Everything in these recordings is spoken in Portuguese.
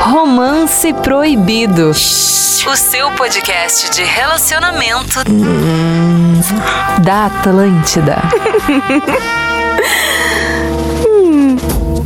Romance Proibido. O seu podcast de relacionamento da Atlântida.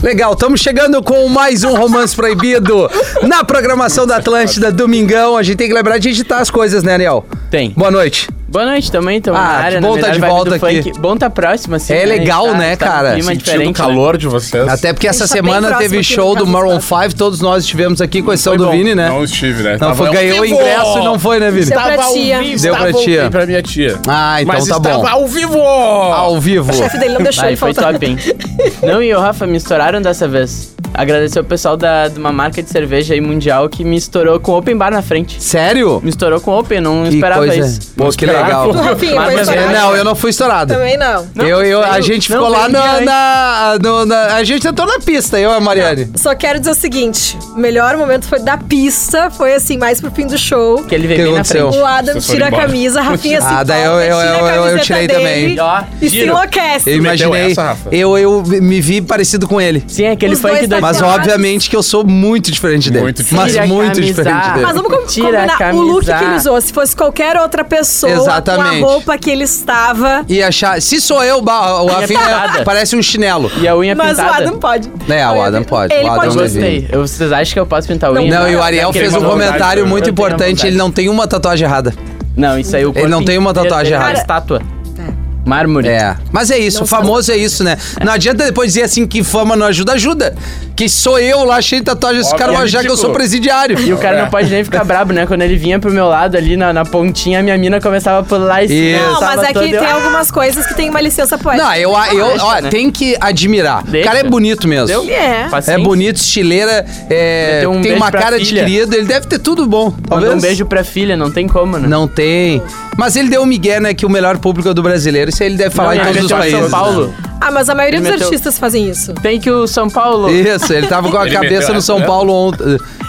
Legal, estamos chegando com mais um Romance Proibido na programação da Atlântida, domingão. A gente tem que lembrar de editar as coisas, né, Ariel? Tem. Boa noite. Boa noite também, tamo Ah, na que área. bom na tá de melhor volta vibe do aqui. funk. Bom tá próximo, assim. É legal, Tá- né, tá num cara? clima Sentindo o diferente, calor de vocês. Até porque essa Deixa tá bem semana próximo teve aqui show do do Carlos Maroon Paz. 5, todos nós estivemos aqui com exceção do bom. Vini, né? Não estive, né? Não, foi, ganhou o ingresso e não foi, né, Vini? Deu Tava é pra ao tia. vivo, Deu tava pra tia. ouvindo Pra minha tia. Ah, então Mas tá estava bom. ao vivo! Ao vivo. O chefe dele não deixou Ai, ele foi faltar. top, hein? Não, e o Rafa me estouraram dessa vez. Agradecer o pessoal da, de uma marca de cerveja aí mundial que me estourou com open bar na frente. Sério? Me estourou com open, não Que esperava coisa. isso. Pô, que legal. O Rafinha Mas- foi mas- É, estourado. Não, eu não fui estourado. Também não. eu, eu, a saiu. gente Não, ficou lá veio na, antes. na- no- na- A gente entrou na pista, eu e a Mariane. Só quero dizer o seguinte: o melhor momento foi da pista, foi assim, mais pro fim do show. Que ele Que veio bem na aconteceu? frente. O Adam Vocês foram tira a embora. camisa, a Rafinha se Ah, daí eu- empolga, eu- tira a eu- eu- eu camiseta tirei dele também. Ó, E se giro. enlouquece. Eu imaginei. essa, Rafa? eu, eu me vi parecido com ele. Sim, aquele Os funk dois da... tá Mas Claro. obviamente que eu sou muito diferente dele. Muito diferente. mas Tira a muito camisa. diferente dele. Mas vamos com- Tira a combinar o look que camisa. ele usou. Se fosse qualquer outra pessoa, Exatamente. com a roupa que ele estava. E achar. Se sou eu, ba- o Rafinha pintada. parece um chinelo. E a unha Mas o pintada. Adam pode. É, o Adam pode. Ele O Adam Eu pode. vai vir. gostei. Eu- vocês acham que eu posso pintar a unha? Não, e o Ariel é Aquele fez um uma maluco. vontade, comentário eu muito tenho uma importante. vontade. Ele não tem uma tatuagem errada. Não, isso aí o Ele não corpo tem uma inteiro tatuagem dele é uma errada. estátua. Tá. Mármore. É. Mas é isso, o famoso é isso, né? Não adianta depois dizer assim que fama não ajuda, ajuda. Que sou eu lá cheio de tatuagem, esse Óbvio, cara vão é achar que eu sou ridículo. presidiário. E o cara não pode nem ficar brabo, né? Quando ele vinha pro meu lado ali na, na pontinha, a minha mina começava a pular e se Isso. Não, mas tava é que toda- tem Ah, algumas coisas que tem uma licença poética. Não, eu, eu Deixa, ó, né? tem que admirar. O Deixa. cara é bonito mesmo. Entendeu? É. É Paciência. bonito, estileira, é, Meteu um tem beijo uma pra cara de filha. querido, ele deve ter tudo bom. Talvez. Mandou um beijo pra filha, não tem como, né? Não tem. Mas ele deu um migué, né, que o melhor público é do brasileiro. Isso aí ele deve falar Não, em ele todos os meteu países. São Paulo. Ah, mas a maioria Ele dos meteu- artistas fazem isso. Tem que o São Paulo. né? Isso, ele tava com a Ele cabeça meteu no essa, São né? Paulo ontem.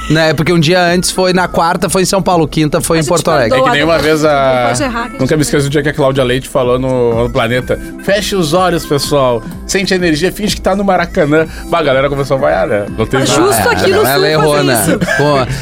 Né, porque um dia antes foi na quarta, foi em São Paulo, quinta foi A em gente Porto Alegre. É que mandou nem Adam uma pode- vez não a. pode errar, que a Nunca gente me esqueço do dia que a Cláudia Leite falou no, no planeta. Feche os olhos, pessoal. Sente energia, finge que tá no Maracanã. Bah, a galera começou a vaiar, né? Não tem Mas nada. Tá justo aqui no É, não, sul ela fazer errou, né? isso.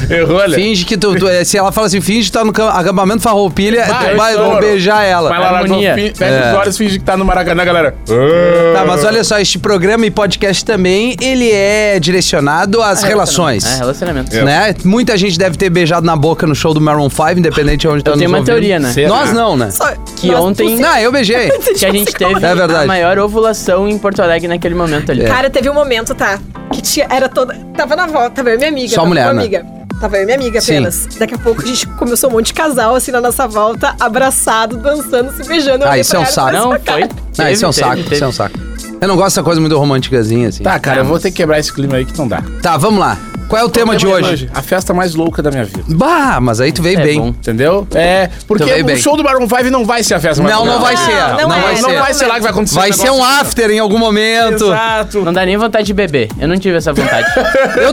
Pô, Errou, né? Finge que tu, tu- eh, Se ela fala assim, finge que tá no cam- acampamento farroupilha, Vai, tu É, vai estouro. vou beijar ela. Mas lá, lá, Harmonia. fi- fecha É. os olhos, finge que tá no Maracanã, galera. Ah. Tá, mas olha só, este programa e podcast também, ele é direcionado às relações. É, relacionamento. Né? Muita gente deve ter beijado na boca no show do Maroon 5, independente de onde tá Eu nos tenho uma ouvindo. teoria, né? Será? Nós não, né? Só- Que nós- ontem- Não, eu beijei. Que a gente teve É verdade. a maior ovulação em Porto Alegre naquele momento É. ali. Cara, teve um momento, tá? Que tinha, era toda. Tava na volta, tava eu e minha amiga. Só tava mulher, uma né? amiga. Tava eu e minha amiga Sim. apenas. Daqui a pouco a gente começou um monte de casal, assim, na nossa volta, abraçado, dançando, se beijando. Eu Ah, olhei isso pra é um ela e saco. falei, Não, foi. Não, Teve, isso é um teve, saco, teve. isso é um saco. Eu não gosto dessa coisa muito romanticazinha, assim. Tá, cara, eu vou ter que quebrar esse clima aí que não dá. Tá, vamos lá. Qual é o tema de hoje? A festa mais louca da minha vida. Bah, mas aí tu veio É bem. bom. Entendeu? É, porque Também o Então, bem. show do Maroon 5 não vai ser a festa mais Não, não vai ser. Não, não é, vai Não ser. vai ser lá que vai acontecer. Vai o ser um negócio. after em algum momento. Exato. Não dá nem vontade de beber. Eu não tive essa vontade.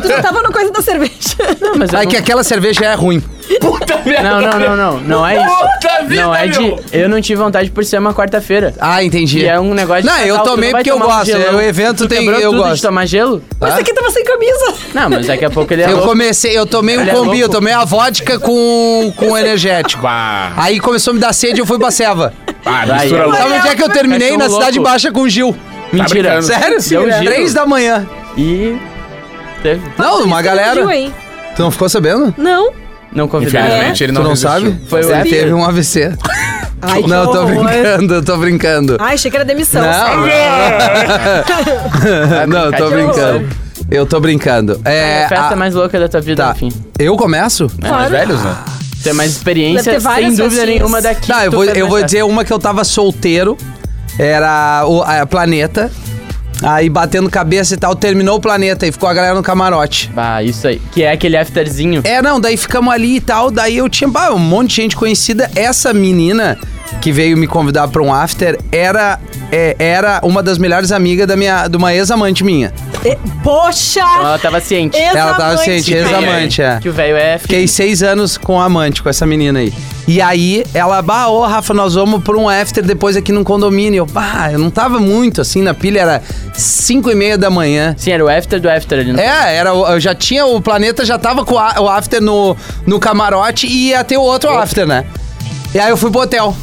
Tu não tava no coisa da cerveja. não, mas eu Ai, não... que aquela cerveja é ruim. Puta merda. não, não, não, não. Não é isso. Puta vida, não é meu. de. Eu não tive vontade por ser uma quarta-feira. Ah, entendi. E é um negócio de Não, eu casal, tu tomei vai porque eu tomar um gosto, gelão. é, o evento Tu tem- quebrou eu tudo gosto. de tomar gelo? É? Mas aqui tava sem camisa. Não, mas daqui a pouco ele é Eu louco. comecei, eu tomei um Ele é combi, eu louco. tomei a vodka com, com energético. Bah. Aí começou a me dar sede e eu fui pra ceva. Ah, Vai, mistura é. louca. Sabe onde é que eu terminei? Cachorro Na Cidade louco. Baixa com o Gil. Mentira. brincando. Sério? Deu um giro. Três da manhã. E. Teve. Não, uma Isso galera. Não, hein? Tu não ficou sabendo? não. Não convidaram. Infelizmente, ele tu não não resistiu. sabe? Foi o Ele Zé teve Pedro. um AVC. Ai, que não, tô horror. Ah, brincando, eu tô brincando. Ai, achei que era demissão. Não. é sério. não, eu tô brincadeira. brincando. Eu tô brincando. É. a festa a- mais louca da tua vida, Tá. enfim. Eu começo? Mas Claro. velhos, né? Tem mais Deve experiência, ter várias sem dúvida festinhas. nenhuma daqui. Tá, que eu tu vou, faz eu mais vou festa. dizer uma que eu tava solteiro. Era o a Planeta. Aí batendo cabeça e tal, terminou o planeta e ficou a galera no camarote. Bah, isso aí. Que é aquele afterzinho. É, não, daí ficamos ali e tal, daí eu tinha bah, um monte de gente conhecida. Essa menina que veio me convidar pra um after era é, era uma das melhores amigas da minha de uma ex-amante minha. É, Poxa! Então Ah, tá. ela tava ciente. Ela tava Ex-amante, ciente, cara. ex-amante, é. Que o velho é. Fiquei seis anos com a amante, com essa menina aí. E aí, ela, bah, ô Rafa, nós vamos pra um after depois aqui num condomínio. Eu, bah, eu não tava muito assim na pilha, era cinco e meia da manhã. Sim, era o after do after ali. né? É, era, o- eu já tinha, o planeta já tava com a- o after no, no camarote e ia ter o outro after, né? E aí eu fui pro hotel.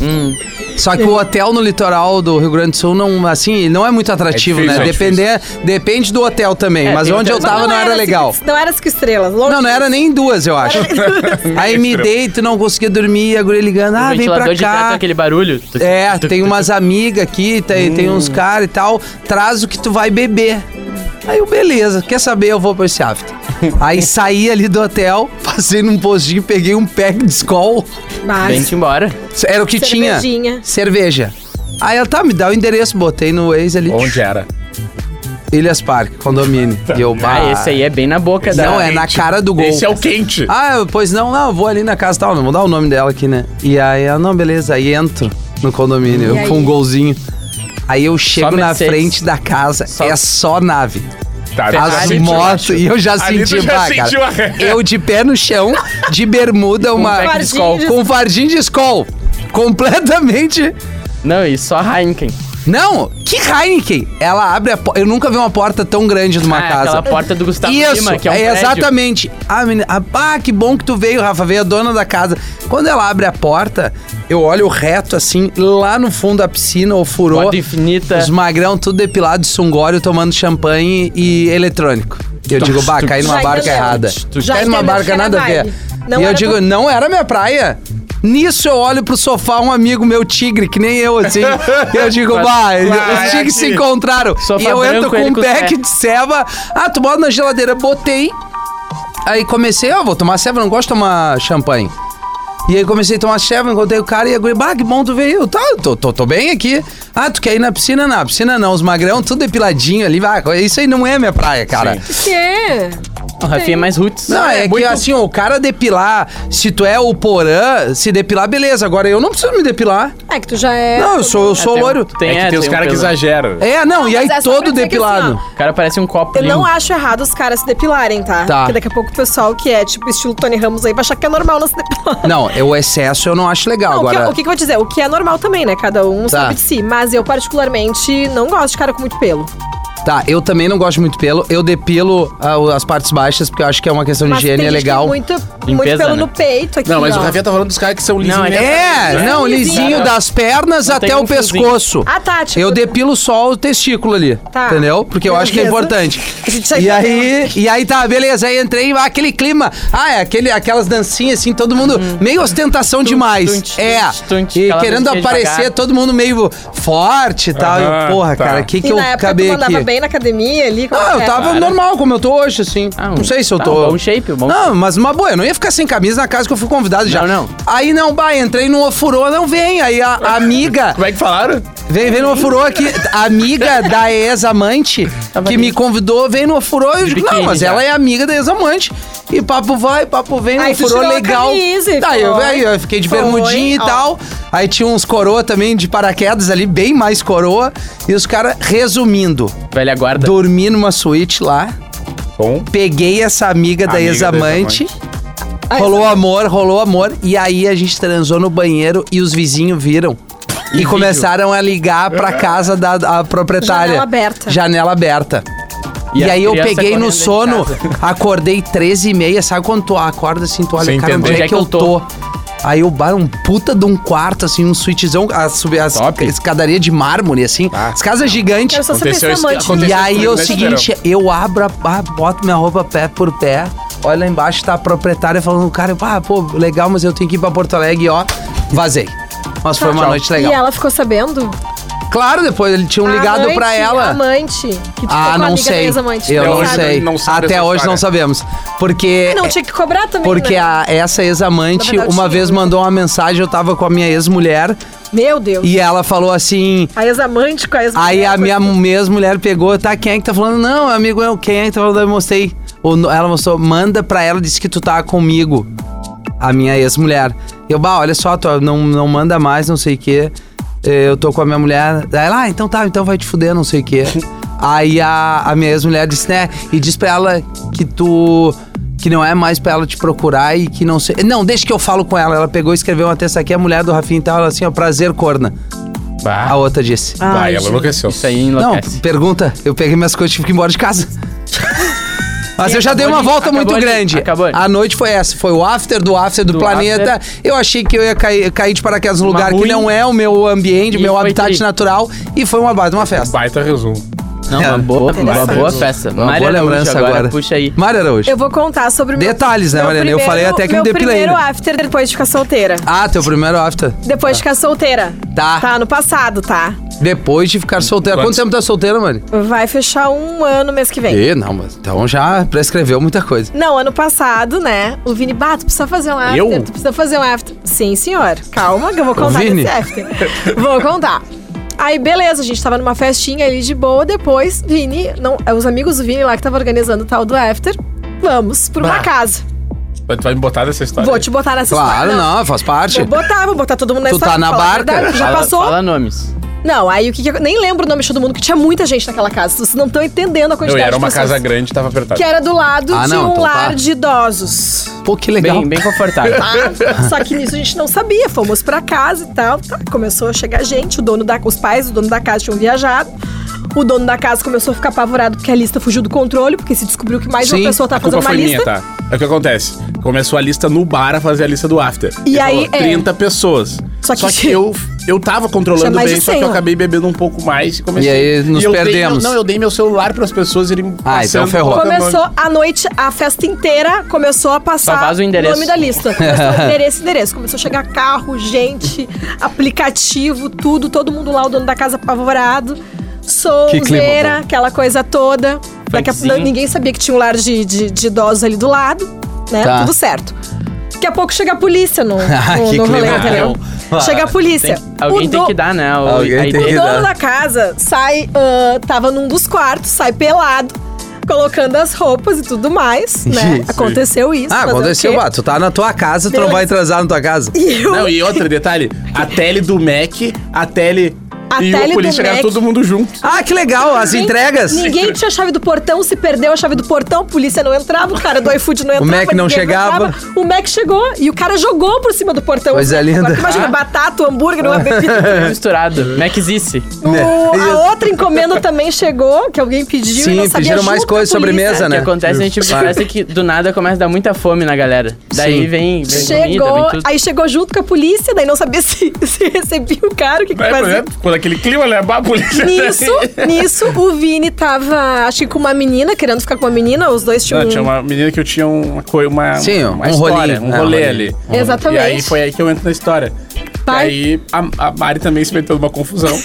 Hum. Só que o hotel no litoral do Rio Grande do Sul não, assim, não é muito atrativo, É difícil, né? é Depender, depende do hotel também, É, mas tem onde eu hotel- tava não, era cinco- legal. não era assim cinco estrelas, longe. Não, não era nem duas, eu acho. Aí me deito, não conseguia dormir, a guria ligando, o ah, vem ventilador pra de teto, cá. aquele barulho. É, tem umas amigas aqui, tem, tem Hum. uns caras e tal, traz o que tu vai beber. Aí eu, beleza, quer saber, eu vou pra esse after. Aí saí ali do hotel, passei num postinho, peguei um pack de Skol, Mas, Vem-te embora. era o que é. tinha. Cervejinha. Cerveja. Aí ela, tá, me dá o endereço, botei no Waze ali, Onde era? Ilhas Parque, condomínio. E eu, bah, é? Ah, esse aí é bem na boca da. Tá. Não, é na cara do gol. Esse é o quente. Ah, eu- pois não, não, eu vou ali na casa e tal, não vou dar o nome dela aqui, né? E aí, ela, não, beleza, aí entro no condomínio E aí? com um golzinho. Aí eu chego na Mercedes. frente da casa, Só- é só nave. Tá, As já sentiu, motos, acho. e eu já Ali tu senti, já pá, sentiu a- cara. Eu de pé no chão, de bermuda, uma. pack de Skol. Com um fardinho de escol. Completamente. Não, e só Heineken. Não, que Heineken! Ela abre a porta. Eu nunca vi uma porta tão grande numa Ah, casa. Aquela porta do Gustavo Isso, Lima, que é um prédio. exatamente. Ah, menina, ah, pá, que bom que tu veio, Rafa. Veio a dona da casa. Quando ela abre a porta, eu olho reto assim, lá no fundo da piscina, o furou. Moda infinita. Os magrão tudo depilado de sungório, tomando champanhe e eletrônico. E eu digo, bah, caí numa Já barca entendeu. errada. Já Caí numa entendeu que barca era nada a ver. vibe. Não e eu era digo, tua não era minha praia. Nisso eu olho pro sofá um amigo meu tigre, que nem eu, assim. E eu digo, bah, os tigres se encontraram. Sofá e eu entro branco, com ele um com pack fé. de ceva. Ah, tu bota na geladeira, botei. Aí comecei, ó, vou tomar ceva, não gosto de tomar champanhe. E aí comecei a tomar ceva, encontrei o cara e a guria, bah, que bom tu veio. Tá, tô, tô, tô bem aqui. Ah, tu quer ir na piscina? Não, a piscina não. Os magrão tudo depiladinho ali, vai. Isso aí não é minha praia, cara. que é? O Rafinha é mais roots. Não, é, que muito- assim, o cara depilar, se tu é o porã, se depilar, beleza. Agora eu não preciso me depilar. É que tu já é. não, eu sou, eu É, sou tem- um loiro. É que tem os caras que pelo- exageram. É, não, e aí mas é só pra todo dizer que depilado. assim, ó, O cara parece um copo Eu limpo. não é acho errado os caras se depilarem, tá? Tá. Porque daqui a pouco o pessoal que é tipo estilo Tony Ramos aí vai achar que é normal não se depilar. Não, é o excesso eu não acho legal. Não, o, que, agora. o que que eu vou dizer? O que é normal também, né? Cada um Tá. sabe de si. Mas eu, particularmente, não gosto de cara com muito pelo. Tá, eu também não gosto muito de pelo. Eu depilo ah, o- as partes baixas, porque eu acho que é uma questão de Mas higiene, tem é gente que legal. tem muito, muito Limpeza, pelo né? no peito aqui. Não, mas ó. o Rafinha tá falando dos caras que são lisinhos. Não, é que- mesmo. É, não, lisinho Cara, né? das pernas não tem até o um fiozinho. pescoço. Ah, tá, tipo- Eu depilo só o testículo ali. Tá. Entendeu? Porque eu acho que é Beleza. importante. A gente já E entendeu. aí, e aí tá, beleza. Aí entrei, ah, aquele clima. Ah, é aquele, aquelas dancinhas assim, todo mundo Uhum. meio ostentação demais. tunt, é. tunt, tunt, e aquela querendo dancinha aparecer, devagar. todo mundo meio forte e tal. Aham, Eu, Porra, tá. cara, o que, que e eu na época acabei tu mandava aqui? bem na academia ali? como Ah, que eu é? tava Cara. normal como eu tô hoje, assim. Ah, um- não sei se eu tá, tô. um bom shape, um bom Não, mas uma boa, eu não ia ficar sem camisa na casa que eu fui convidado já. não. Aí não, bah, entrei no ofurô, não vem. Aí a, a amiga. Como é que falaram? Vem, vem no ofurô aqui. A amiga da ex-amante Tava que ali. me convidou, vem no ofurô. Eu digo, não, biquíni mas já. ela é amiga da ex-amante. E papo vai, papo vem, no Aí tu ofurô tirou a legal. camisa e Daí eu, foi. aí eu fiquei de Foi, bermudinha e ó. tal. Aí tinha uns coroa também de paraquedas ali, bem mais coroa. E os caras, resumindo, Tá. Velha guarda. dormi numa suíte lá Bom. peguei essa amiga, da Amiga ex-amante. Rolou amor, rolou amor. E aí a gente transou no banheiro e os vizinhos viram. E, começaram a ligar pra casa da da proprietária. Janela aberta. Janela aberta. E, E a aí eu criança peguei no correndo de sono, casa. acordei 13 e meia. Sabe quando tu acorda assim, tu olha, Sem cara, onde entender. é que eu tô? Aí o bar, um puta de um quarto, assim, um suítezão, a, subi- as, Top. escadaria de mármore, assim. As casas gigantes. Quero só saber se Aconteceu é isso- amante. aconte- E Aconteceu aí é comigo o nesse seguinte, eu abro, a, ah, boto minha roupa pé por pé, olha lá embaixo, tá a proprietária falando, cara, ah, pô, legal, mas eu tenho que ir pra Porto Alegre, ó, vazei. Mas foi uma Tchau. noite Tá. E legal. ela ficou sabendo? Claro, depois eles tinham ligado amante, pra ela. Amante. Que Ah, ficou com a não amiga da sei. ex-amante. Eu Até não hoje sei. não sabe Até essa hoje não história. sabemos. Porque. Ah, Não, tinha que cobrar também. Porque né? a, essa Na ex-amante verdade, uma tinha, vez né? mandou uma mensagem, eu tava com a minha ex-mulher, Meu Deus. e ela falou assim: A ex-amante com a ex-mulher. Aí a foi- minha mesma mulher pegou, tá? Quem é que tá falando? Não, amigo, eu, quem é que tá falando? Eu mostrei. O no- ela mostrou, manda pra ela, disse que tu tá comigo. A minha ex-mulher. Eu, bah, olha só, tu não, não manda mais, não sei o quê. Eh, Eu tô com a minha mulher. Aí ela, ah, então tá, então vai te fuder, não sei o quê. Aí a, a minha ex-mulher disse, né? E diz pra ela que tu. Que não é mais pra ela te procurar e que não sei. Não, deixa que eu falo com ela. Ela pegou e escreveu uma texta aqui, a mulher do Rafinha e tal, ela assim, ó, prazer, corna. Bah, A outra disse. bah, Ai, ela enlouqueceu. Ah, Isso aí Não, enlouquece. pergunta. Eu peguei minhas coisas e tive que ir embora de casa. Mas eu já dei uma ali, volta acabou muito ali, grande. acabou ali. A noite foi essa. Foi o after do after do, Do planeta. Eu achei que eu ia cair, cair de paraquedas num Uma lugar que ruim. não é o meu ambiente, o E meu foi habitat tri. natural. E foi uma baita de uma festa. Baita resumo. Não, uma boa, uma boa festa. É, Uma Mário boa Araújo lembrança agora. Puxa aí. Mário Araújo. Eu vou contar sobre o meu- Detalhes, né, meu Mariana? Eu primeiro- falei até que meu me depilei primeiro ainda. after depois de ficar solteira. Ah, teu primeiro after. Depois de ficar solteira. Tá. Tá, no passado, tá? Depois de ficar solteira. Quanto Quantos- tempo tá solteira, Mari? Vai fechar um ano mês que vem. Ih, não, mas então já prescreveu muita coisa. Não, ano passado, né? O Vini, bah, tu precisa fazer um after. Eu? Tu precisa fazer um after. Sim, senhor. Calma que eu vou contar Vini? desse after. vou contar. Aí, beleza, a gente tava numa festinha ali de boa. Depois, Vini, não, é os amigos do Vini lá que tava organizando o tal do after. Vamos pra uma Bah. casa. Vai- Tu vai me botar nessa história. Vou aí. te botar nessa Claro, história, não, faz parte. Vou botar, vou botar todo mundo nessa Tu tá na fala a barca? verdade, Já Fala- passou? Fala nomes. Não, aí o que que... acon- Nem lembro o nome de todo mundo, que tinha muita gente naquela casa. Vocês não estão entendendo a Não, quantidade e era uma de pessoas. casa grande, tava apertado. Que era do lado Ah, de não, um então tá. lar de idosos. Pô, que legal. Bem, bem confortável. Ah, Só que nisso a gente não sabia. Fomos pra casa e tal. Tá, começou a chegar gente, o dono da, os pais, o dono da casa tinham viajado. O dono da casa começou a ficar apavorado porque a lista fugiu do controle, porque se descobriu que mais Sim, uma pessoa tá A culpa fazendo uma foi minha, lista. tá? É o que acontece. Começou a lista no bar a fazer a lista do after. E Ele aí, é. 30 pessoas. Só que- eu, eu tava Tinha controlando mais de bem, só 100 que eu lá. acabei bebendo um pouco mais e comecei. E aí nos eu dei perdemos. meu- não, eu dei meu celular pras pessoas irem Ah, então passando, ferrou. colocando Começou a noite, a festa inteira começou a Só passar vaza o endereço. nome da lista. Começou endereço, endereço. Começou a chegar carro, gente, aplicativo, tudo, todo mundo lá, o dono da casa apavorado. Que clima Sonzeira, bom. aquela coisa toda. Daqui a, Funkzinho. não, ninguém sabia que tinha um lar de, de, de idosos ali do lado, né? Tá. Tudo certo. Daqui a pouco chega a polícia no, Ah, no, Que no rolê, clima entendeu? bom. Chega a polícia. Tem que- alguém O tem do- que dar, né? O, Alguém a tem o que ideia. dar. dono da casa sai, ah, tava num dos quartos, sai pelado, colocando as roupas e tudo mais, né? Isso. Aconteceu isso. Ah, fazer o aconteceu, quê? ah, tu tá na tua casa, tu não Beleza. vai transar na tua casa. E eu, Não, e outro detalhe: a tele do Mac, a tele. A e tele o do polícia chegaram Mac. todo mundo junto. Ah, que legal, as ninguém- entregas. Ninguém tinha a chave do portão, se perdeu a chave do portão, a polícia não entrava, o cara do iFood não entrava. Mac não ninguém chegava. entrava. o Mac chegou e o cara jogou por cima do portão. Coisa linda. Ah. Agora, tu imagina, batata, hambúrguer, uma bebida. Misturado. McZice. Né. O- a outra encomenda também chegou, que alguém pediu e Sim, não sabia pediram junto mais com a coisa, polícia. sobremesa, O que né? acontece é tipo de festa que do nada começa a dar muita fome na galera. Daí Sim. vem, vem Chegou, comida, vem tudo. aí chegou junto com a polícia, daí não sabia se, se recebia o cara, o que, que É, por fazia. exemplo, quando aquele clima, né? A polícia. Ah, Nisso, nisso, o Vini tava, acho que com uma menina, querendo ficar com uma menina, os dois tinham. um, Não, Ah, tinha uma menina que eu tinha um, uma coisa, uma, Sim, uma um história, rolinho. um Ah, É, um rolê rolinho. ali. Uhum. Exatamente. E aí foi aí que eu entro na história. Vai. E aí a, a Mari também se meteu numa confusão.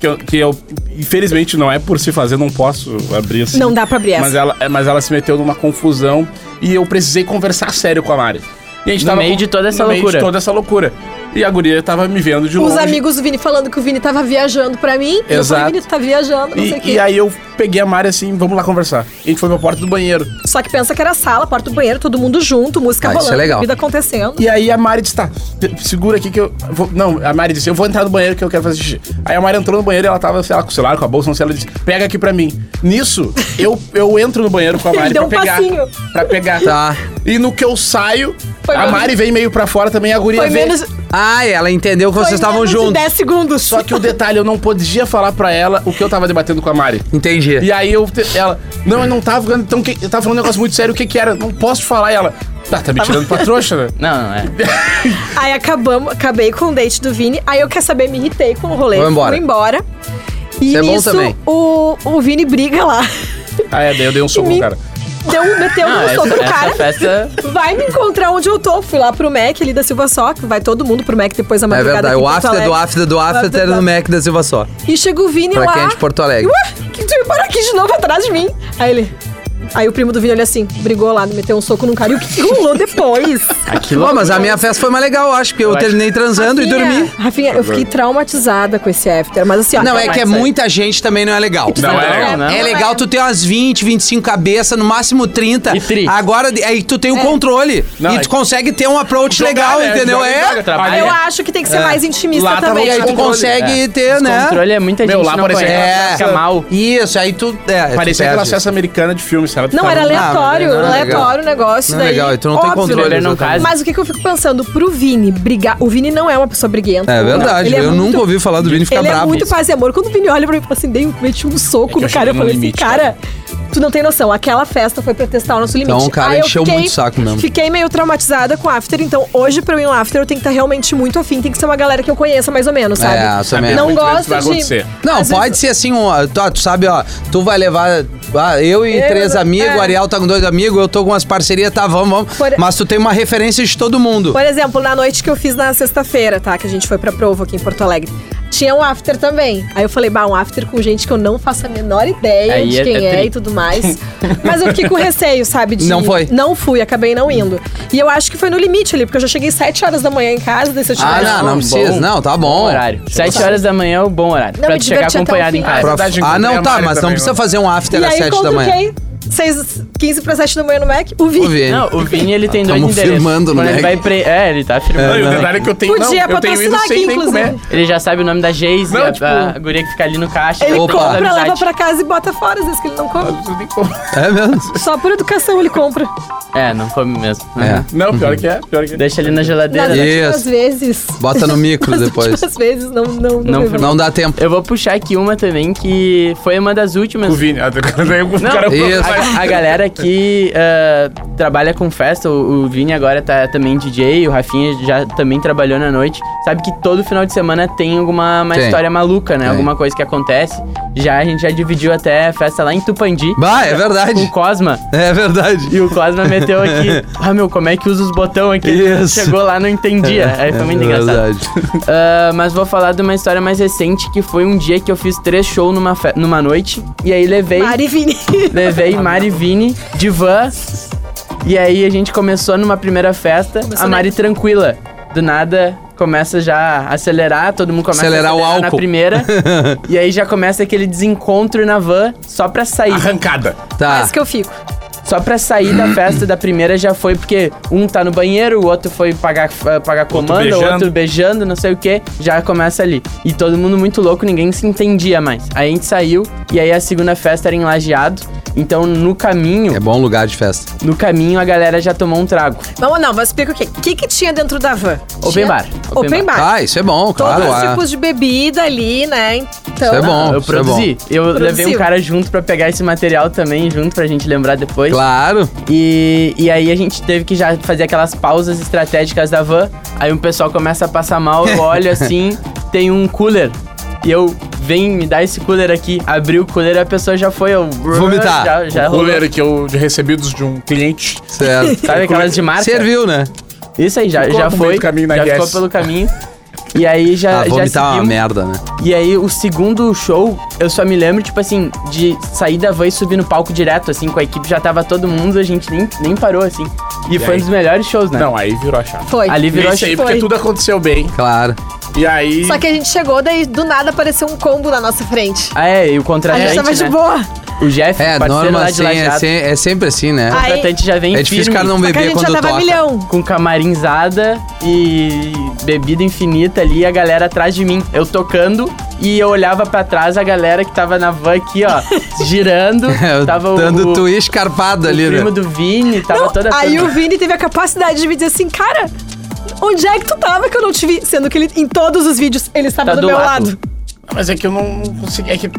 que, eu, que eu, infelizmente, não é por se fazer, não posso abrir assim. Não dá pra abrir essa. Mas ela, é, mas ela se meteu numa confusão e eu precisei conversar sério com a Mari. E a gente No meio com- de toda essa no Meio loucura. de toda essa loucura. E a guria tava me vendo de Os longe. amigos do Vini falando que o Vini tava viajando pra mim. E Eu falei, Exato. Vini, tu tá viajando, não sei o E, quê. e aí eu peguei a Mari assim, vamos lá conversar. E a gente foi pra porta do banheiro. Só que pensa que era sala, porta do banheiro, todo mundo junto, música Ah, isso rolando, é legal. vida acontecendo. E aí a Mari disse, tá, te- segura aqui que eu... Vou... Não, a Mari disse, eu vou entrar no banheiro que eu quero fazer xixi. Aí a Mari entrou no banheiro e ela tava, sei lá, com o celular, com a bolsa, não sei, ela disse, pega aqui pra mim. Nisso, eu, eu entro no banheiro com a Ele Mari deu pra um pegar. passinho. Pra pegar. Tá. E no que eu saio, Foi a menos- Mari vem meio pra fora também, a guria Foi vê. menos. Ah, ela entendeu que vocês foi estavam menos de juntos. 10 segundos. Só que o detalhe, eu não podia falar pra ela o que eu tava debatendo com a Mari. Entendi. É E aí eu, te- ela, não, eu não tava ficando, então, que, eu tava falando um negócio muito sério, o que que era? Não posso falar. E ela, tá, tá me tirando pra trouxa, né? Não, não é. Aí acabamos, acabei com o date do Vini. Aí eu quer saber, me irritei com o rolê. Vou embora. Fui embora. E Isso é bom nisso, também. o, o Vini briga lá. Ah, é, daí eu dei um soco Me- no cara. Deu um, meteu Ah, Não, um essa, soco no é essa cara. festa. Vai me encontrar onde eu tô. Fui lá pro Mac ali da Silva Só, que vai todo mundo pro Mac depois da É madrugada. verdade, aqui em o Porto after do Alegre. after do after, After era do no Mac da Silva só. E chega o Vini Pra lá. quem é de Porto Alegre. Ué, que tu para aqui de novo atrás de mim. Aí ele. Aí o primo do Vini olha assim, brigou lá, meteu um soco num cara. E o que rolou depois? Aquilo Bom, mas a minha festa foi mais legal, eu acho, porque eu, acho- terminei transando e Rafinha, dormi. Rafinha, eu fiquei traumatizada com esse after. Mas assim, ó, Não, é que é mas- muita gente também não é legal. Não, Não, é legal. tá não. É legal tu ter umas 20, 25 cabeças, no máximo 30. E tri. Agora, aí tu tem o controle. Não, e é- tu consegue ter um approach Jogar, legal, né? entendeu? Joga, é. joga, trabalha. Eu acho que tem que ser mais intimista Lá tava também. E aí tu Controle, consegue ter, né? controle é muita Meu, gente lá, não por exemplo, conhece, É. fica mal. Isso, aí tu. É, tu Parecia perde. aquela acesso americana de filme, sabe? Não, era legal. aleatório, não é legal. aleatório o negócio. Não é daí, legal, e tu não tem óbvio. né? controle, Ele não exatamente. casa. Mas o que, que eu fico pensando? Pro Vini brigar. O Vini não é uma pessoa briguenta. É Não, verdade, ele é eu muito- nunca ouvi falar do Vini ficar Ele é bravo. muito paz e amor. Quando o Vini olha pra mim e fala assim, dei, meti um soco eu no cara, cheguei eu no falei limite, assim, cara, tu não tem noção, aquela festa foi pra testar o nosso limite. Então, o cara Aí eu encheu fiquei- muito o saco mesmo. Fiquei meio traumatizada com o after, então hoje pra eu ir no after eu tenho que estar realmente muito afim, tem que ser uma galera que eu conheça mais ou menos, sabe? É, essa mesmo. Não Muito bem, isso gosto vai de... acontecer. Não, Às pode vezes- ser assim, um, ó, tu, tu sabe, ó, tu vai levar ah, eu e Eu- três amigos, é. o Ariel tá com dois amigos, eu tô com umas parcerias, tá, vamos, vamos. Por- Mas tu tem uma referência de todo mundo. Por exemplo, na noite que eu fiz na sexta-feira, tá? Que a gente foi pra prova aqui em Porto Alegre. Tinha um after também. Aí eu falei, bah, um after com gente que eu não faço a menor ideia Aí de é- quem é é, tri. e tudo mais. Mas eu fiquei com receio, sabe? De, Não foi? Não fui, acabei não indo. E eu acho que foi no limite ali, porque eu já cheguei sete horas da manhã em casa, daí se eu Ah, tivesse. não, bom, não precisa, bom. não, tá bom. Bom horário. Sete horas da manhã é o bom horário. Não, pra me tu chegar diverti até o acompanhado fim. em Ah, casa. Pra- verdade, Ah, encontrei não, a tá, Mari mas não também, precisa ó. fazer um after e às aí sete da encontro manhã. quem? Seis, 15 para 7 da manhã no Mac? O Vini. Vini. Não, o Vini ele tem dois Tamo endereços. firmando no Quando ele Mac. vai pre... É, ele tá firmando. Não, e o no Mac. detalhe é que eu tenho. Podia não, eu tenho ido patrocinar aqui, sem nem como é. inclusive. Ele já sabe o nome da Geise, Não, a, tipo- a guria que fica ali no caixa. Ele tem Opa. toda compra, a leva amizade. pra casa e bota fora, às vezes que ele não compra. Não, nem como- É mesmo? Só por educação ele compra. É, não come mesmo. É. Uhum. Não, pior que é, pior que é. Deixa ele na geladeira. Nas Isso. né? últimas vezes. Bota no micro Nas depois. últimas tipo, vezes não. Não, Não levou. Não dá tempo. Eu vou puxar aqui uma também que foi uma das últimas. O Vini. ah, daí O Não, cara isso. A, a galera que ah, trabalha com festa, o, o Vini agora tá também DJ, o Rafinha já também trabalhou na noite. Sabe que todo final de semana tem alguma uma Tem. história maluca, né? Tem. Alguma coisa que acontece. Já a gente já dividiu até a festa lá em Tupandi. Bah, é Com o verdade. Cosma. É verdade. E o Cosma meteu aqui. Ah, meu, como é que usa os botão aqui? Isso. Chegou lá, não entendia. Aí foi muito É engraçado. verdade. Ah, mas vou falar de uma história mais recente, que foi um dia que eu fiz três shows numa, fe- numa noite. E aí levei. Mari Vini. Ah. Tá Levei Mari e Vini de van. E aí a gente começou numa primeira festa. Começou a Mari tranquila. Do nada começa já a acelerar, todo mundo começa Acelerar a o na álcool. primeira. e aí já começa aquele desencontro na van só pra sair. Arrancada. Tá. Mas que eu fico. Só pra sair da festa da primeira já foi porque um tá no banheiro, o outro foi pagar, eh, pagar comanda, o beijando. outro beijando, não sei o que, já começa ali. E todo mundo muito louco, ninguém se entendia mais. Aí a gente saiu e aí a segunda festa era em Lajeado. Então no É caminho, bom lugar de festa. no caminho a galera já tomou um trago. Vamos, não, mas explica o quê? O que, que tinha dentro da van? Open Tinha- bar. Open, Open bar. Ah, isso é bom, claro. Todos os ah. tipos de bebida ali, né? Então. Isso é bom. eu isso é bom. produzi. Eu levei um Produziu. cara junto pra pegar esse material também, junto pra gente lembrar depois. Claro. E, e aí a gente teve que já fazer aquelas pausas estratégicas da van. Aí o pessoal começa a passar mal, eu olho assim, tem um cooler. E eu, vem, me dá esse cooler aqui. Abri o cooler e a pessoa já foi. Eu, Vomitar. Já, já O rolou. goleiro que eu recebi dos- de um cliente. Certo. Sabe aquelas de marca? Serviu, né? Isso aí, já, Ficou já no meio foi. do caminho na já ficou RS. pelo caminho. E aí já, Ah, já vomitar é uma seguimos. merda, né? E aí, o segundo show, eu só me lembro, tipo assim, de sair da van e subir no palco direto, assim, com a equipe. Já tava todo mundo, a gente nem, nem parou, assim. E, foi aí? um dos melhores shows, né? Não, aí virou a chave. Foi. Ali virou a Isso aí, chave. porque Foi. tudo aconteceu bem. Claro. E aí. Só que a gente chegou, daí do nada apareceu um combo na nossa frente. Ah, é, e o A contratante, gente tava né? de boa. O Jeff, É, parceiro norma lá de assim, é, Lajeado, se- é sempre assim, né? o Ai, contratante já vem é difícil o firme, cara não Só que a beber gente já quando tava toca. milhão. com camarinzada e bebida infinita ali, a galera atrás de mim. Eu tocando e eu olhava pra trás a galera que tava na van aqui, ó, girando. É, tava o- dando o, twist escarpado o ali, né? primo do Vini, tava Não, toda a aí turma. o Vini teve a capacidade de me dizer assim, cara, onde é que tu tava que eu não te vi? Sendo que ele, em todos os vídeos ele estava Tá do, do meu lado. lado. Mas é que eu não consegui. É que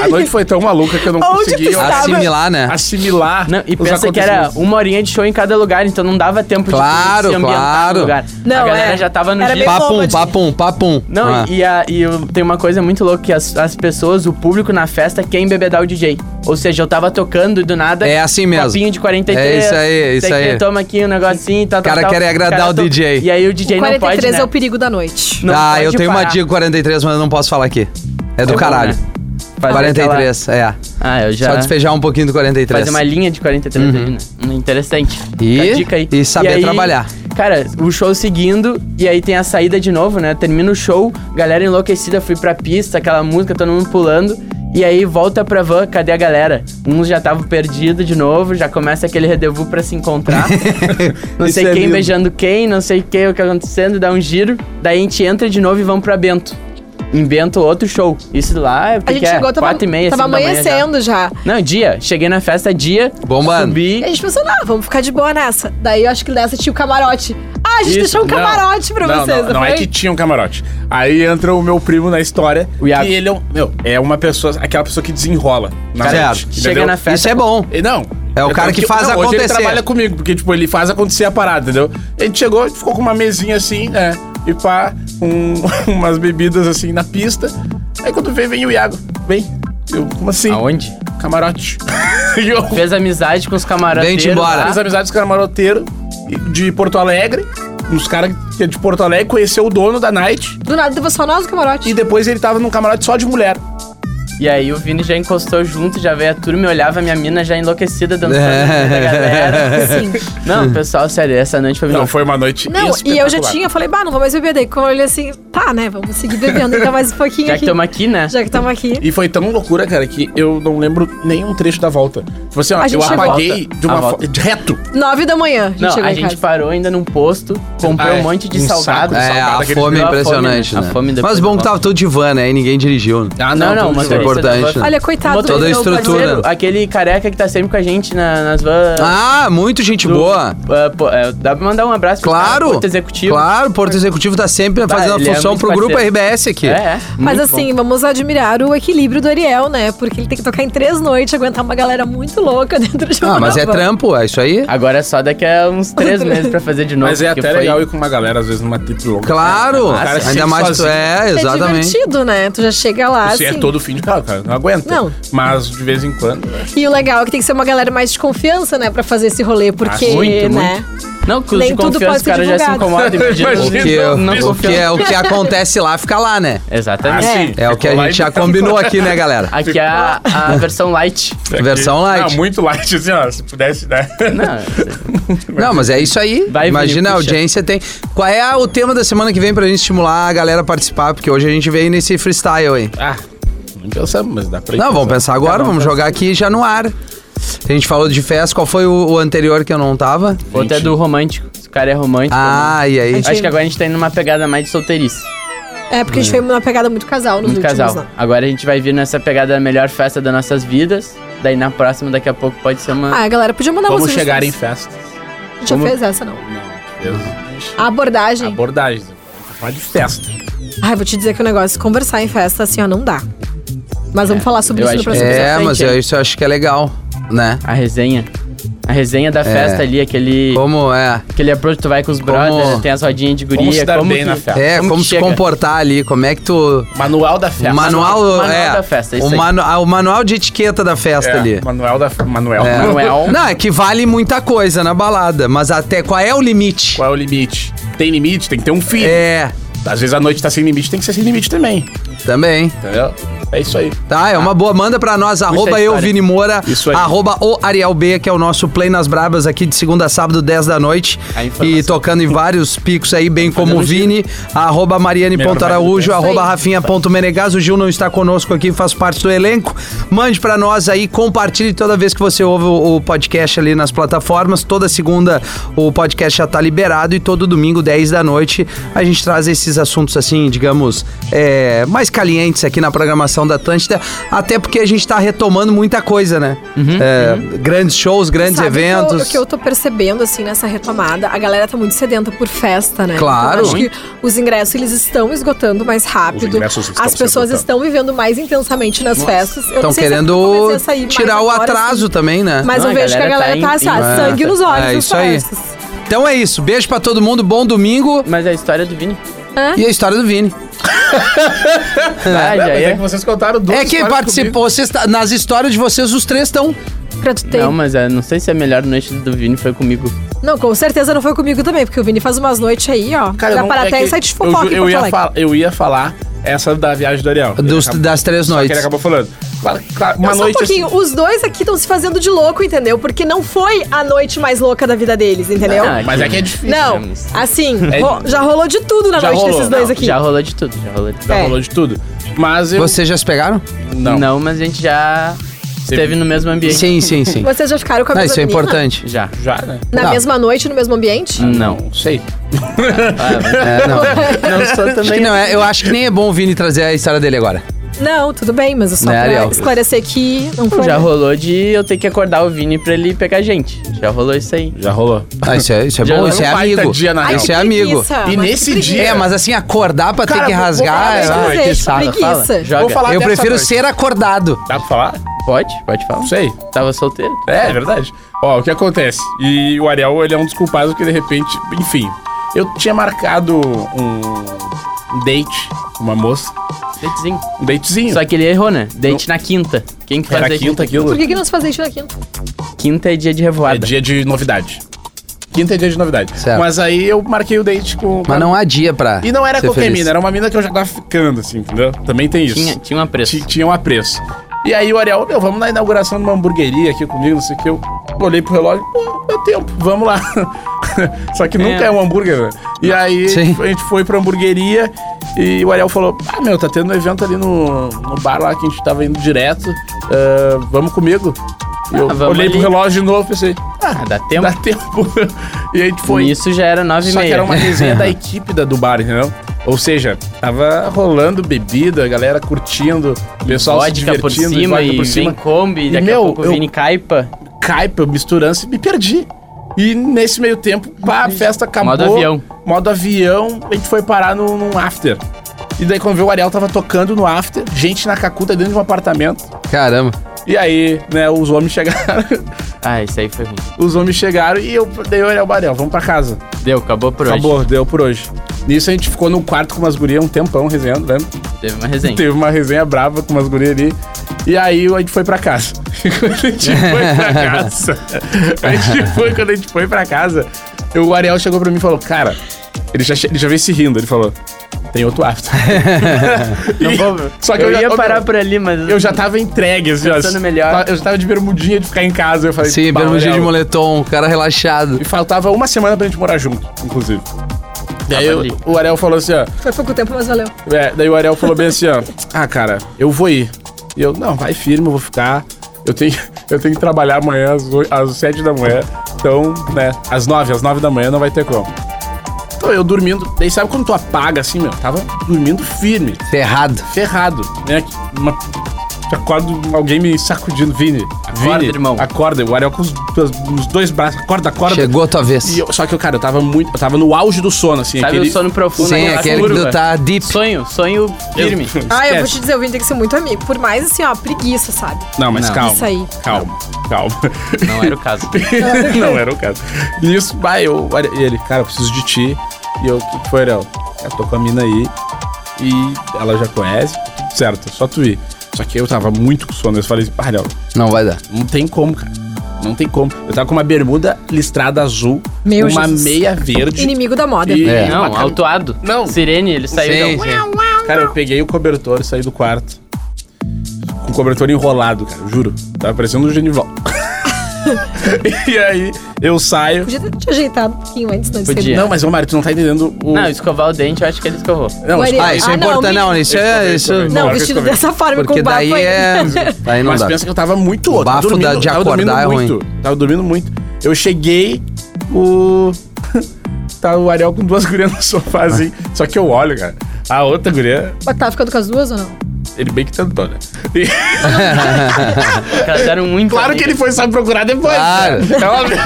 a noite foi tão maluca que eu não Onde consegui tu eu- tava? Assimilar, né? assimilar. Não, e os pensa que era acontecimentos. uma horinha de show em cada lugar, então não dava tempo Claro, de se ambientar claro. no lugar. Não, a galera é. já tava no Era dia. bem Papum, nômade. papum, papum. Não, Ah. e, a- e eu, tem uma coisa muito louca, que as, as pessoas, o público na festa quer embebedar o DJ. Ou seja, eu tava tocando e do nada... É assim mesmo. Copinho de 43. É isso aí, sei isso que, aí. Toma aqui um negocinho, tal, O cara tal, tal. quer agradar o to- DJ. E aí o DJ não 43 pode, né? é o perigo da noite. Não ah, pode eu tenho uma parar. dica 43, mas eu não posso falar aqui. É do bom, caralho. né? Fazer 43, é. Né? Ah, eu já. Só despejar um pouquinho do 43. Fazer uma linha de 43 ali, né? Hum, Interessante. Uhum. E- Fica a dica aí. e saber trabalhar. Cara, o show seguindo, e aí tem a saída de novo, né? Termina o show, galera enlouquecida, fui pra pista, aquela música, todo mundo pulando. E aí volta pra van, cadê a galera? Uns já estavam perdidos de novo, já começa aquele rendezvous pra se encontrar. não Isso sei é quem lindo. beijando quem, não sei quem, o que acontecendo, dá um giro. Daí a gente entra de novo e vamos pra Bento. Em Bento, outro show. Isso lá, A gente é, chegou, tava, 4 e meia, tava cinco da manhã já. amanhecendo já. Não, dia. Cheguei na festa dia. Bombando. E a Subi. gente pensou, não, vamos ficar de boa nessa. Daí eu acho que nessa tinha o camarote. Ah, a gente Isso, deixou um não. camarote pra Não, vocês, Não, não é foi? que tinha um camarote. Aí entra o meu primo na história. O Iago. Que ele é um. Meu, é uma pessoa. Aquela pessoa que desenrola. Na Certo. noite, Chega entendeu? na festa. Isso é bom. E Não. É o Eu cara tô- que faz não, Hoje ele acontecer. trabalha comigo, porque, tipo, ele faz acontecer a parada, entendeu? A gente chegou, ficou com uma mesinha assim, né? E pá, um, umas bebidas assim na pista. Aí quando vem, vem o Iago. Vem. Eu, como assim? Aonde? Camarote. e eu Fez amizade com os camaradeiros. Vem-te embora. Fiz amizades com o camaroteiro de Porto Alegre. Uns caras que é de Porto Alegre conheceu o dono da Night. Do nada tava só nós no camarote. E depois ele tava num camarote só de mulher. E aí o Vini já encostou junto, já veio a turma e olhava a minha mina já enlouquecida dançando. É. no meio da galera. Sim. tá Não, pessoal, sério, essa noite foi Não, muito. foi uma noite Não, e eu já espetacular. tinha, eu falei, bah, não vou mais beber. Daí quando eu olhei assim, tá, né, vamos seguir bebendo ainda mais um pouquinho Já que aqui. estamos aqui, né? Já que estamos aqui. E foi tão loucura, cara, que eu não lembro nenhum trecho da volta. Tipo assim, ó, A gente eu chegou. apaguei Volta. de A uma volta. fo- de reto. Nove da manhã, a gente Não, chegou a em gente casa. parou ainda num posto, comprou Ah, é. um monte de Um saco salgado. de É, Salgado, a aquele- fome é Não, a fome, impressionante, a né? fome é depois Mas bom que volta. tava tudo de van, né? E ninguém dirigiu. né? Ah, Não, não, tudo mas de é motorista novo. da importante, van- né? Olha, coitado. Toda a do meu estrutura. parceiro. Aquele careca que tá sempre com a gente na- nas vans. Ah, muito gente do- boa. Ah, pô, é, dá pra mandar um abraço pro cara, Claro. Porto Executivo. Claro, Porto Executivo tá sempre fazendo ele a é função muito pro grupo parceiro. RBS aqui. É, é. Mas muito assim, bom. vamos admirar o equilíbrio do Ariel, né? Porque ele tem que tocar em três noites, aguentar uma galera muito louca dentro de uma Ah, mas é van. trampo, é isso aí? Agora é só daqui a uns três meses pra fazer de novo. Mas é porque até foi- legal ir com uma galera, às vezes, numa trip longa. Claro! é O cara se Ainda sente mais tu sozinho. é, É exatamente. divertido, né? Tu já chega lá, Você assim. é todo fim de carro, cara. Não aguenta. Não. Mas de vez em quando. né? E o legal é que tem que ser uma galera mais de confiança, né? Pra fazer esse rolê, porque, muito, né? Não, que os Nem de tudo confiança, pode os ser caras já se divulgado. incomodam. imagina. O Imagina. que, Não, não o, que, é confiança. o que acontece lá fica lá, né? Ah, Exatamente. sim. É o que a Ficou lá gente e já ficou- combinou aqui, né, galera? Aqui é a, a versão light. Versão light. é Não, muito light, assim, ó. Se pudesse, né? Ah, Não, Não, mas é isso aí. Vai, Vini, Imagina, a puxa. audiência tem. Qual é a- o tema da semana que vem pra gente estimular a galera a participar? Porque hoje a gente veio nesse freestyle aí. Ah, não pensamos, mas dá pra ir. Não, vamos pensar um agora, vamos jogar aqui já no ar. A gente falou de festa, qual foi o, o anterior que eu não tava? outro é do romântico. Se o cara é romântico. Ah, e aí? Acho que agora a gente tá indo numa pegada mais de solteirice. É, porque a gente foi numa pegada muito casal nos Muito últimos casal. anos. Agora a gente vai vir nessa pegada da melhor festa das nossas vidas. Daí na próxima, daqui a pouco, pode ser uma. Ah, galera, podia mandar Vamos vocês. chegar em festas. A gente já Como- fez essa, não. Não, Deus. A abordagem. Abordagens. Falar de festa. Ai, vou te dizer que o negócio de conversar em festa, assim, ó, não dá. Mas vamos falar sobre eu isso no acho próximo que- É, frente, mas hein? eu- isso eu acho que é legal, né? A resenha. A resenha da festa ali, aquele. É. Como é? Aquele approach que tu vai com os brothers, tem as rodinhas de guria. Como se dar Tá. como bem que- na festa. É, como, que se chega? comportar ali, como é que tu. Manual da O festa. manual, manual é, da festa, isso o, aí. manu- ah, o manual de etiqueta da festa ali. É, Manual da fe- Manuel. É. Manuel. Não, é que vale muita coisa na balada, mas até qual é o limite? Qual é o limite? Tem limite? Tem que ter um fim. É, Às vezes a noite tá sem limite, tem que ser sem limite também. também. Entendeu? É isso aí. Tá, é uma boa. Manda pra nós, arroba a eu, história. Vini Moura, Isso aí. arroba o Ariel B, que é o nosso Play nas Brabas aqui de segunda a sábado, 10 da noite. A informação. E tocando em vários picos aí, bem como o Vini, arroba mariane.araújo, Melhor arroba Isso aí. rafinha.menegas. O Gil não está conosco aqui, faz parte do elenco. Mande pra nós aí, compartilhe toda vez que você ouve o, o podcast ali nas plataformas. Toda segunda o podcast já tá liberado e todo domingo, 10 da noite, a gente traz esses assuntos assim, digamos, é, mais calientes aqui na programação da Atlântida, até porque a gente tá retomando muita coisa, né? É, Grandes shows, grandes Sabe o que eu- eventos. O que, eu, tô percebendo, assim, nessa retomada, a galera tá muito sedenta por festa, né? Claro. Eu acho que os ingressos, eles estão esgotando mais Os rápido. ingressos estão As se pessoas esgotando. estão vivendo mais intensamente nas festas. Eu Estão não sei se é porque eu querendo comecei a sair mais tirar o agora, atraso assim, também, né? Mas Não, eu a vejo que a galera galera tá tá, em- assim, ó, em- sangue nos olhos É nas isso aí. festas. Então é isso. Beijo pra todo mundo, bom domingo Mas a história do Vini. e a história do Vini. Ah, já Mas é é. que vocês contaram duas É que histórias participou, vocês tá- nas histórias de vocês, os três estão. Pra tu ter... Não, Não, mas eu não sei se a melhor noite do Vini foi comigo. com certeza não foi comigo também, porque o Vini faz umas noites aí, ó. Cara, eu dá não- para é até que e sai de eu fofoca ju- em eu, Porto ia Alegre. fala- eu ia falar essa da viagem do Ariel. dos- Ele acabou- das três só que ele noites. acabou falando. claro, claro, uma Não, só um noite pouquinho, assim. os dois aqui estão se fazendo de louco, entendeu? Porque não foi a noite mais louca da vida deles, entendeu? Ah, Mas é que é difícil. Não, Digamos. assim, É- ro- já rolou de tudo na Já noite rolou. desses dois Não, aqui. Já rolou de tudo, já rolou de tudo. Já É. rolou de tudo. Mas eu. Vocês já se pegaram? Não. Não, mas a gente já esteve no mesmo ambiente. Sim, sim, sim. Vocês já ficaram com a Não, mesma isso é menina? importante. Já. Já, né? Na Não. mesma noite, no mesmo ambiente? Não. Não sei. É, não. Não sou Acho que também. não é, eu acho que nem é bom o Vini trazer a história dele agora. Não, tudo bem, mas é só Né, pra Ariel? esclarecer que não foi. Já rolou de eu ter que acordar o Vini pra ele pegar a gente. Já rolou isso aí. Já rolou. Ah, isso é, isso é Já bom, não isso é é um baita amigo. dia, na Ai, real. Isso que é amigo. preguiça, E mas que nesse preguiça. dia- É, mas assim, acordar pra ter Cara, que vou- vou rasgar. falar é Mas lá. que que preguiça. saco. Fala, preguiça. joga. Vou falar eu dessa prefiro noite. ser acordado. Dá pra falar? Pode? Pode falar. Não sei. Tava solteiro. É, é verdade. Ó, o que acontece? E o Ariel, ele é um dos culpados que de repente. Enfim, eu tinha marcado um, um date com uma moça. Datezinho. Um datezinho. Só que ele errou, né? Date na quinta. Quem que faz Era date quinta na quinta? aquilo. Por que, que não se faz isso na quinta? Quinta é dia de É revoada. dia de novidade. Quinta é dia de novidade. Certo. Mas aí eu marquei o date com. Mas não há dia pra. E não era ser qualquer feliz. mina, era uma mina que eu já tava ficando, assim, entendeu? Também tem isso. Tinha, tinha um apreço. Ti- Tinha um apreço. E aí o Ariel, meu, vamos na inauguração de uma hamburgueria aqui comigo, não sei o que. Eu olhei pro relógio, pô, deu tempo, vamos lá. Só que nunca É. é um hambúrguer, né? E aí Sim. a gente foi pra hamburgueria e o Ariel falou, ah, meu, tá tendo um evento ali no, no bar lá que a gente tava indo direto, ah, vamos comigo. E eu Ah, vamos olhei pro ali. relógio de novo e pensei, Ah, dá tempo. dá tempo. e aí a gente Foi. foi. Isso já era nove e Só que meia. era uma resenha da equipe da, do bar, entendeu? Ou seja, tava rolando bebida, a galera curtindo, o pessoal se Vodka divertindo, por cima vodka e por cima. vem Kombi, E, daqui meu, a pouco eu- Vini Caipa. Caipa, misturança, me perdi. E nesse meio tempo, pá, a festa acabou. Uhum. Modo avião. Modo avião, a gente foi parar num, num after. E daí quando viu o Ariel tava tocando no after, gente na cacuta dentro de um apartamento. Caramba. E aí, né, os homens chegaram, Ah, isso aí foi ruim. os homens chegaram e eu dei o Ariel, Ariel, vamos pra casa. Deu, acabou por Acabou, deu por hoje. Nisso a gente ficou no quarto com umas gurias um tempão resenhando, lembra? hoje. Teve uma resenha. Teve uma resenha brava com umas gurias ali. E aí a gente foi pra casa. quando a gente foi pra casa. A gente foi, quando a gente foi pra casa, o Ariel chegou pra mim e falou, cara, ele já, che- ele já veio se rindo. Ele falou, tem outro after. Não E- vou, meu. só que eu, já, ia ô, parar meu, por ali, mas... Eu já tava entregue, assim, ó. Pensando melhor. Eu já tava de bermudinha de ficar em casa. Eu falei, Sim, "Bah, pelo dia de Ariel." moletom, cara relaxado. E faltava uma semana pra gente morar junto, inclusive. E aí Tava ali. o- o Ariel falou assim, ó. Foi pouco tempo, mas valeu. É, daí o Ariel falou bem assim, ó. Ah, cara, eu vou ir. E eu, não, vai firme, eu vou ficar. Eu tenho, eu tenho que trabalhar amanhã às, oi- às 7 da manhã. Então, né, às 9, às 9 da manhã não vai ter como. Então eu dormindo. Daí sabe quando tu apaga assim, meu? Tava dormindo firme, Tá Ferrado. ferrado, né? Uma, acordo alguém me sacudindo. Vini, Acorda, Vini, irmão. Acorda, o Ariel com os, os dois braços. Acorda, acorda. Chegou a tua vez. E eu- só que, cara, eu tava muito. Eu tava no auge do sono, assim. Sabe o sono profundo? Sim, aquela aquele que curva? tu tá deep. Sonho, sonho firme. Ah, eu vou Esquece. te dizer, o Vini tem que ser muito amigo. Por mais assim, ó, preguiça, sabe? Não, mas Não. calma. Isso aí. Calma, calma. Não era o caso. Não era o caso. Nisso, vai, eu. olha, e Ele, cara, eu preciso de ti. E eu, o que que foi, Ariel? Eu tô com a mina aí. E ela já conhece. Certo, é só tu ir. Só que eu tava muito com sono. Eu falei assim, pá, Ariel, Não vai dar. não tem como, cara. Não tem como. Eu tava com uma bermuda listrada azul, Meu uma Jesus. meia verde. Inimigo da moda. E- É. Não, uma cam- autuado. Não. Sirene, ele saiu. Sim, da- sim. Cara, eu peguei o cobertor e saí do quarto. Com o cobertor enrolado, cara, eu juro. Tava parecendo um genival. e aí, eu saio. Podia ter te ajeitado um pouquinho antes, não É. Podia. Não, mas, ô Mário, tu não tá entendendo o. Não, escovar o dente, eu acho que ele escovou. Não, Maria, Ah, isso é Ah, não, importante. me- Não, isso é. Isso... Não, Não, Não, vestido eu também. dessa forma, Porque com bafo daí ainda. é. Daí não mas dá. pensa que eu tava muito outro. bafo dormindo, da- de tava acordar dormindo é muito. Tava dormindo muito. Eu cheguei, o. tá o Ariel com duas gurias no sofá, assim. Só que eu olho, cara. A outra guria, Mas tá ficando com as duas ou não? ele bem que tentou, né? E- Elas eram muito. claro que ele foi só procurar depois. Claro. Né? É óbvio.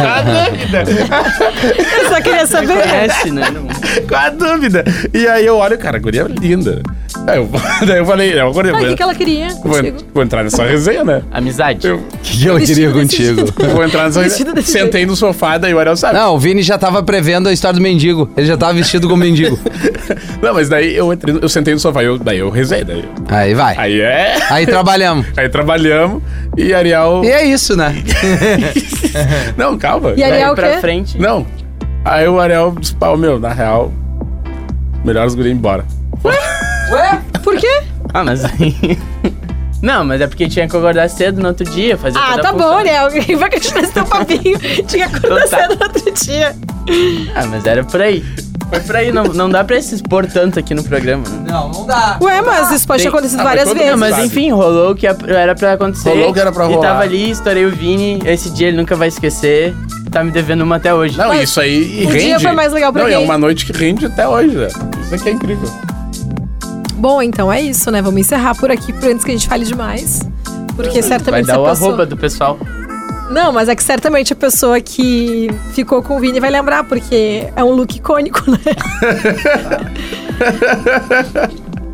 Qual a dúvida? Eu só queria saber. conhece, né? Não- Qual a dúvida? E aí eu olho, cara, a guria é linda. Aí eu, daí eu falei, "É eu acordei. Ah, o que, que vou, ela queria vou, contigo? vou entrar nessa resenha, né? Amizade. Eu, O que, que eu Vestido diria desse contigo? jeito. Eu Vou entrar nessa. Vestido desse Sentei no sofá, daí o Ariel sabe. Não. Não, o Vini já tava prevendo a história do mendigo. Ele já tava vestido como mendigo. mas daí eu entrei, no- eu sentei no sofá, eu, daí eu rezei, daí. Aí vai. Aí é. Aí trabalhamos. Aí trabalhamos e Ariel. E é isso, né? Não, calma. E Ariel o pra quê? frente. Não. Aí o Ariel disse, pau, meu, na real, melhor os guri ir embora. Por quê? Ah, mas aí. Não, mas é porque tinha que acordar cedo no outro dia, fazer Ah, toda a tá função. bom, né? Alguém vai questionar esse teu papinho. Tinha que Então acordar tá. cedo no outro dia. Ah, mas era por aí. Foi por aí, não, não dá pra se expor tanto aqui no programa. né? Não, não dá. Ué, mas isso pode ter Tem- acontecido Ah, mas várias todo vezes. mundo Mas Sabe. enfim, rolou o que era pra acontecer. Rolou o que era pra E rolar. tava ali, estourei o Vini. Esse dia ele nunca vai esquecer. Tá me devendo uma até hoje. Não, isso aí e o rende. dia foi mais legal pra Não, e é quem? uma noite que rende até hoje, né? Isso aqui é incrível. Bom, então é isso, né? Vamos encerrar por aqui, por antes que a gente fale demais. Porque vai certamente dar essa o pessoa... arroba do pessoal. Não, mas é que certamente a pessoa que ficou com o Vini vai lembrar, porque é um look icônico, né?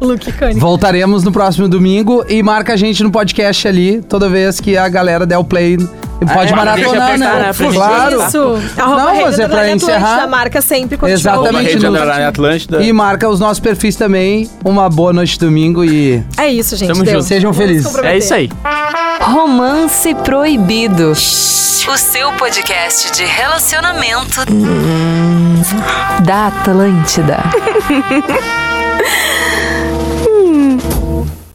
look icônico. Voltaremos no próximo domingo e marca a gente no podcast ali, toda vez que a galera der o play. E Pode é, maratonar, deixa né? pra cá, né, pra gente Claro. É Isso. Arroba Não, Rede mas é pra Underline Atlântida, encerrar. marca sempre quando tiver Exatamente. Uma alguma- rede no- Underline Atlântida. E marca os nossos perfis também. Uma boa noite domingo e É isso, gente. Tamo deu. junto. Sejam Vamos felizes. comprometer. É isso aí. Romance Proibido. O seu podcast de relacionamento da Atlântida.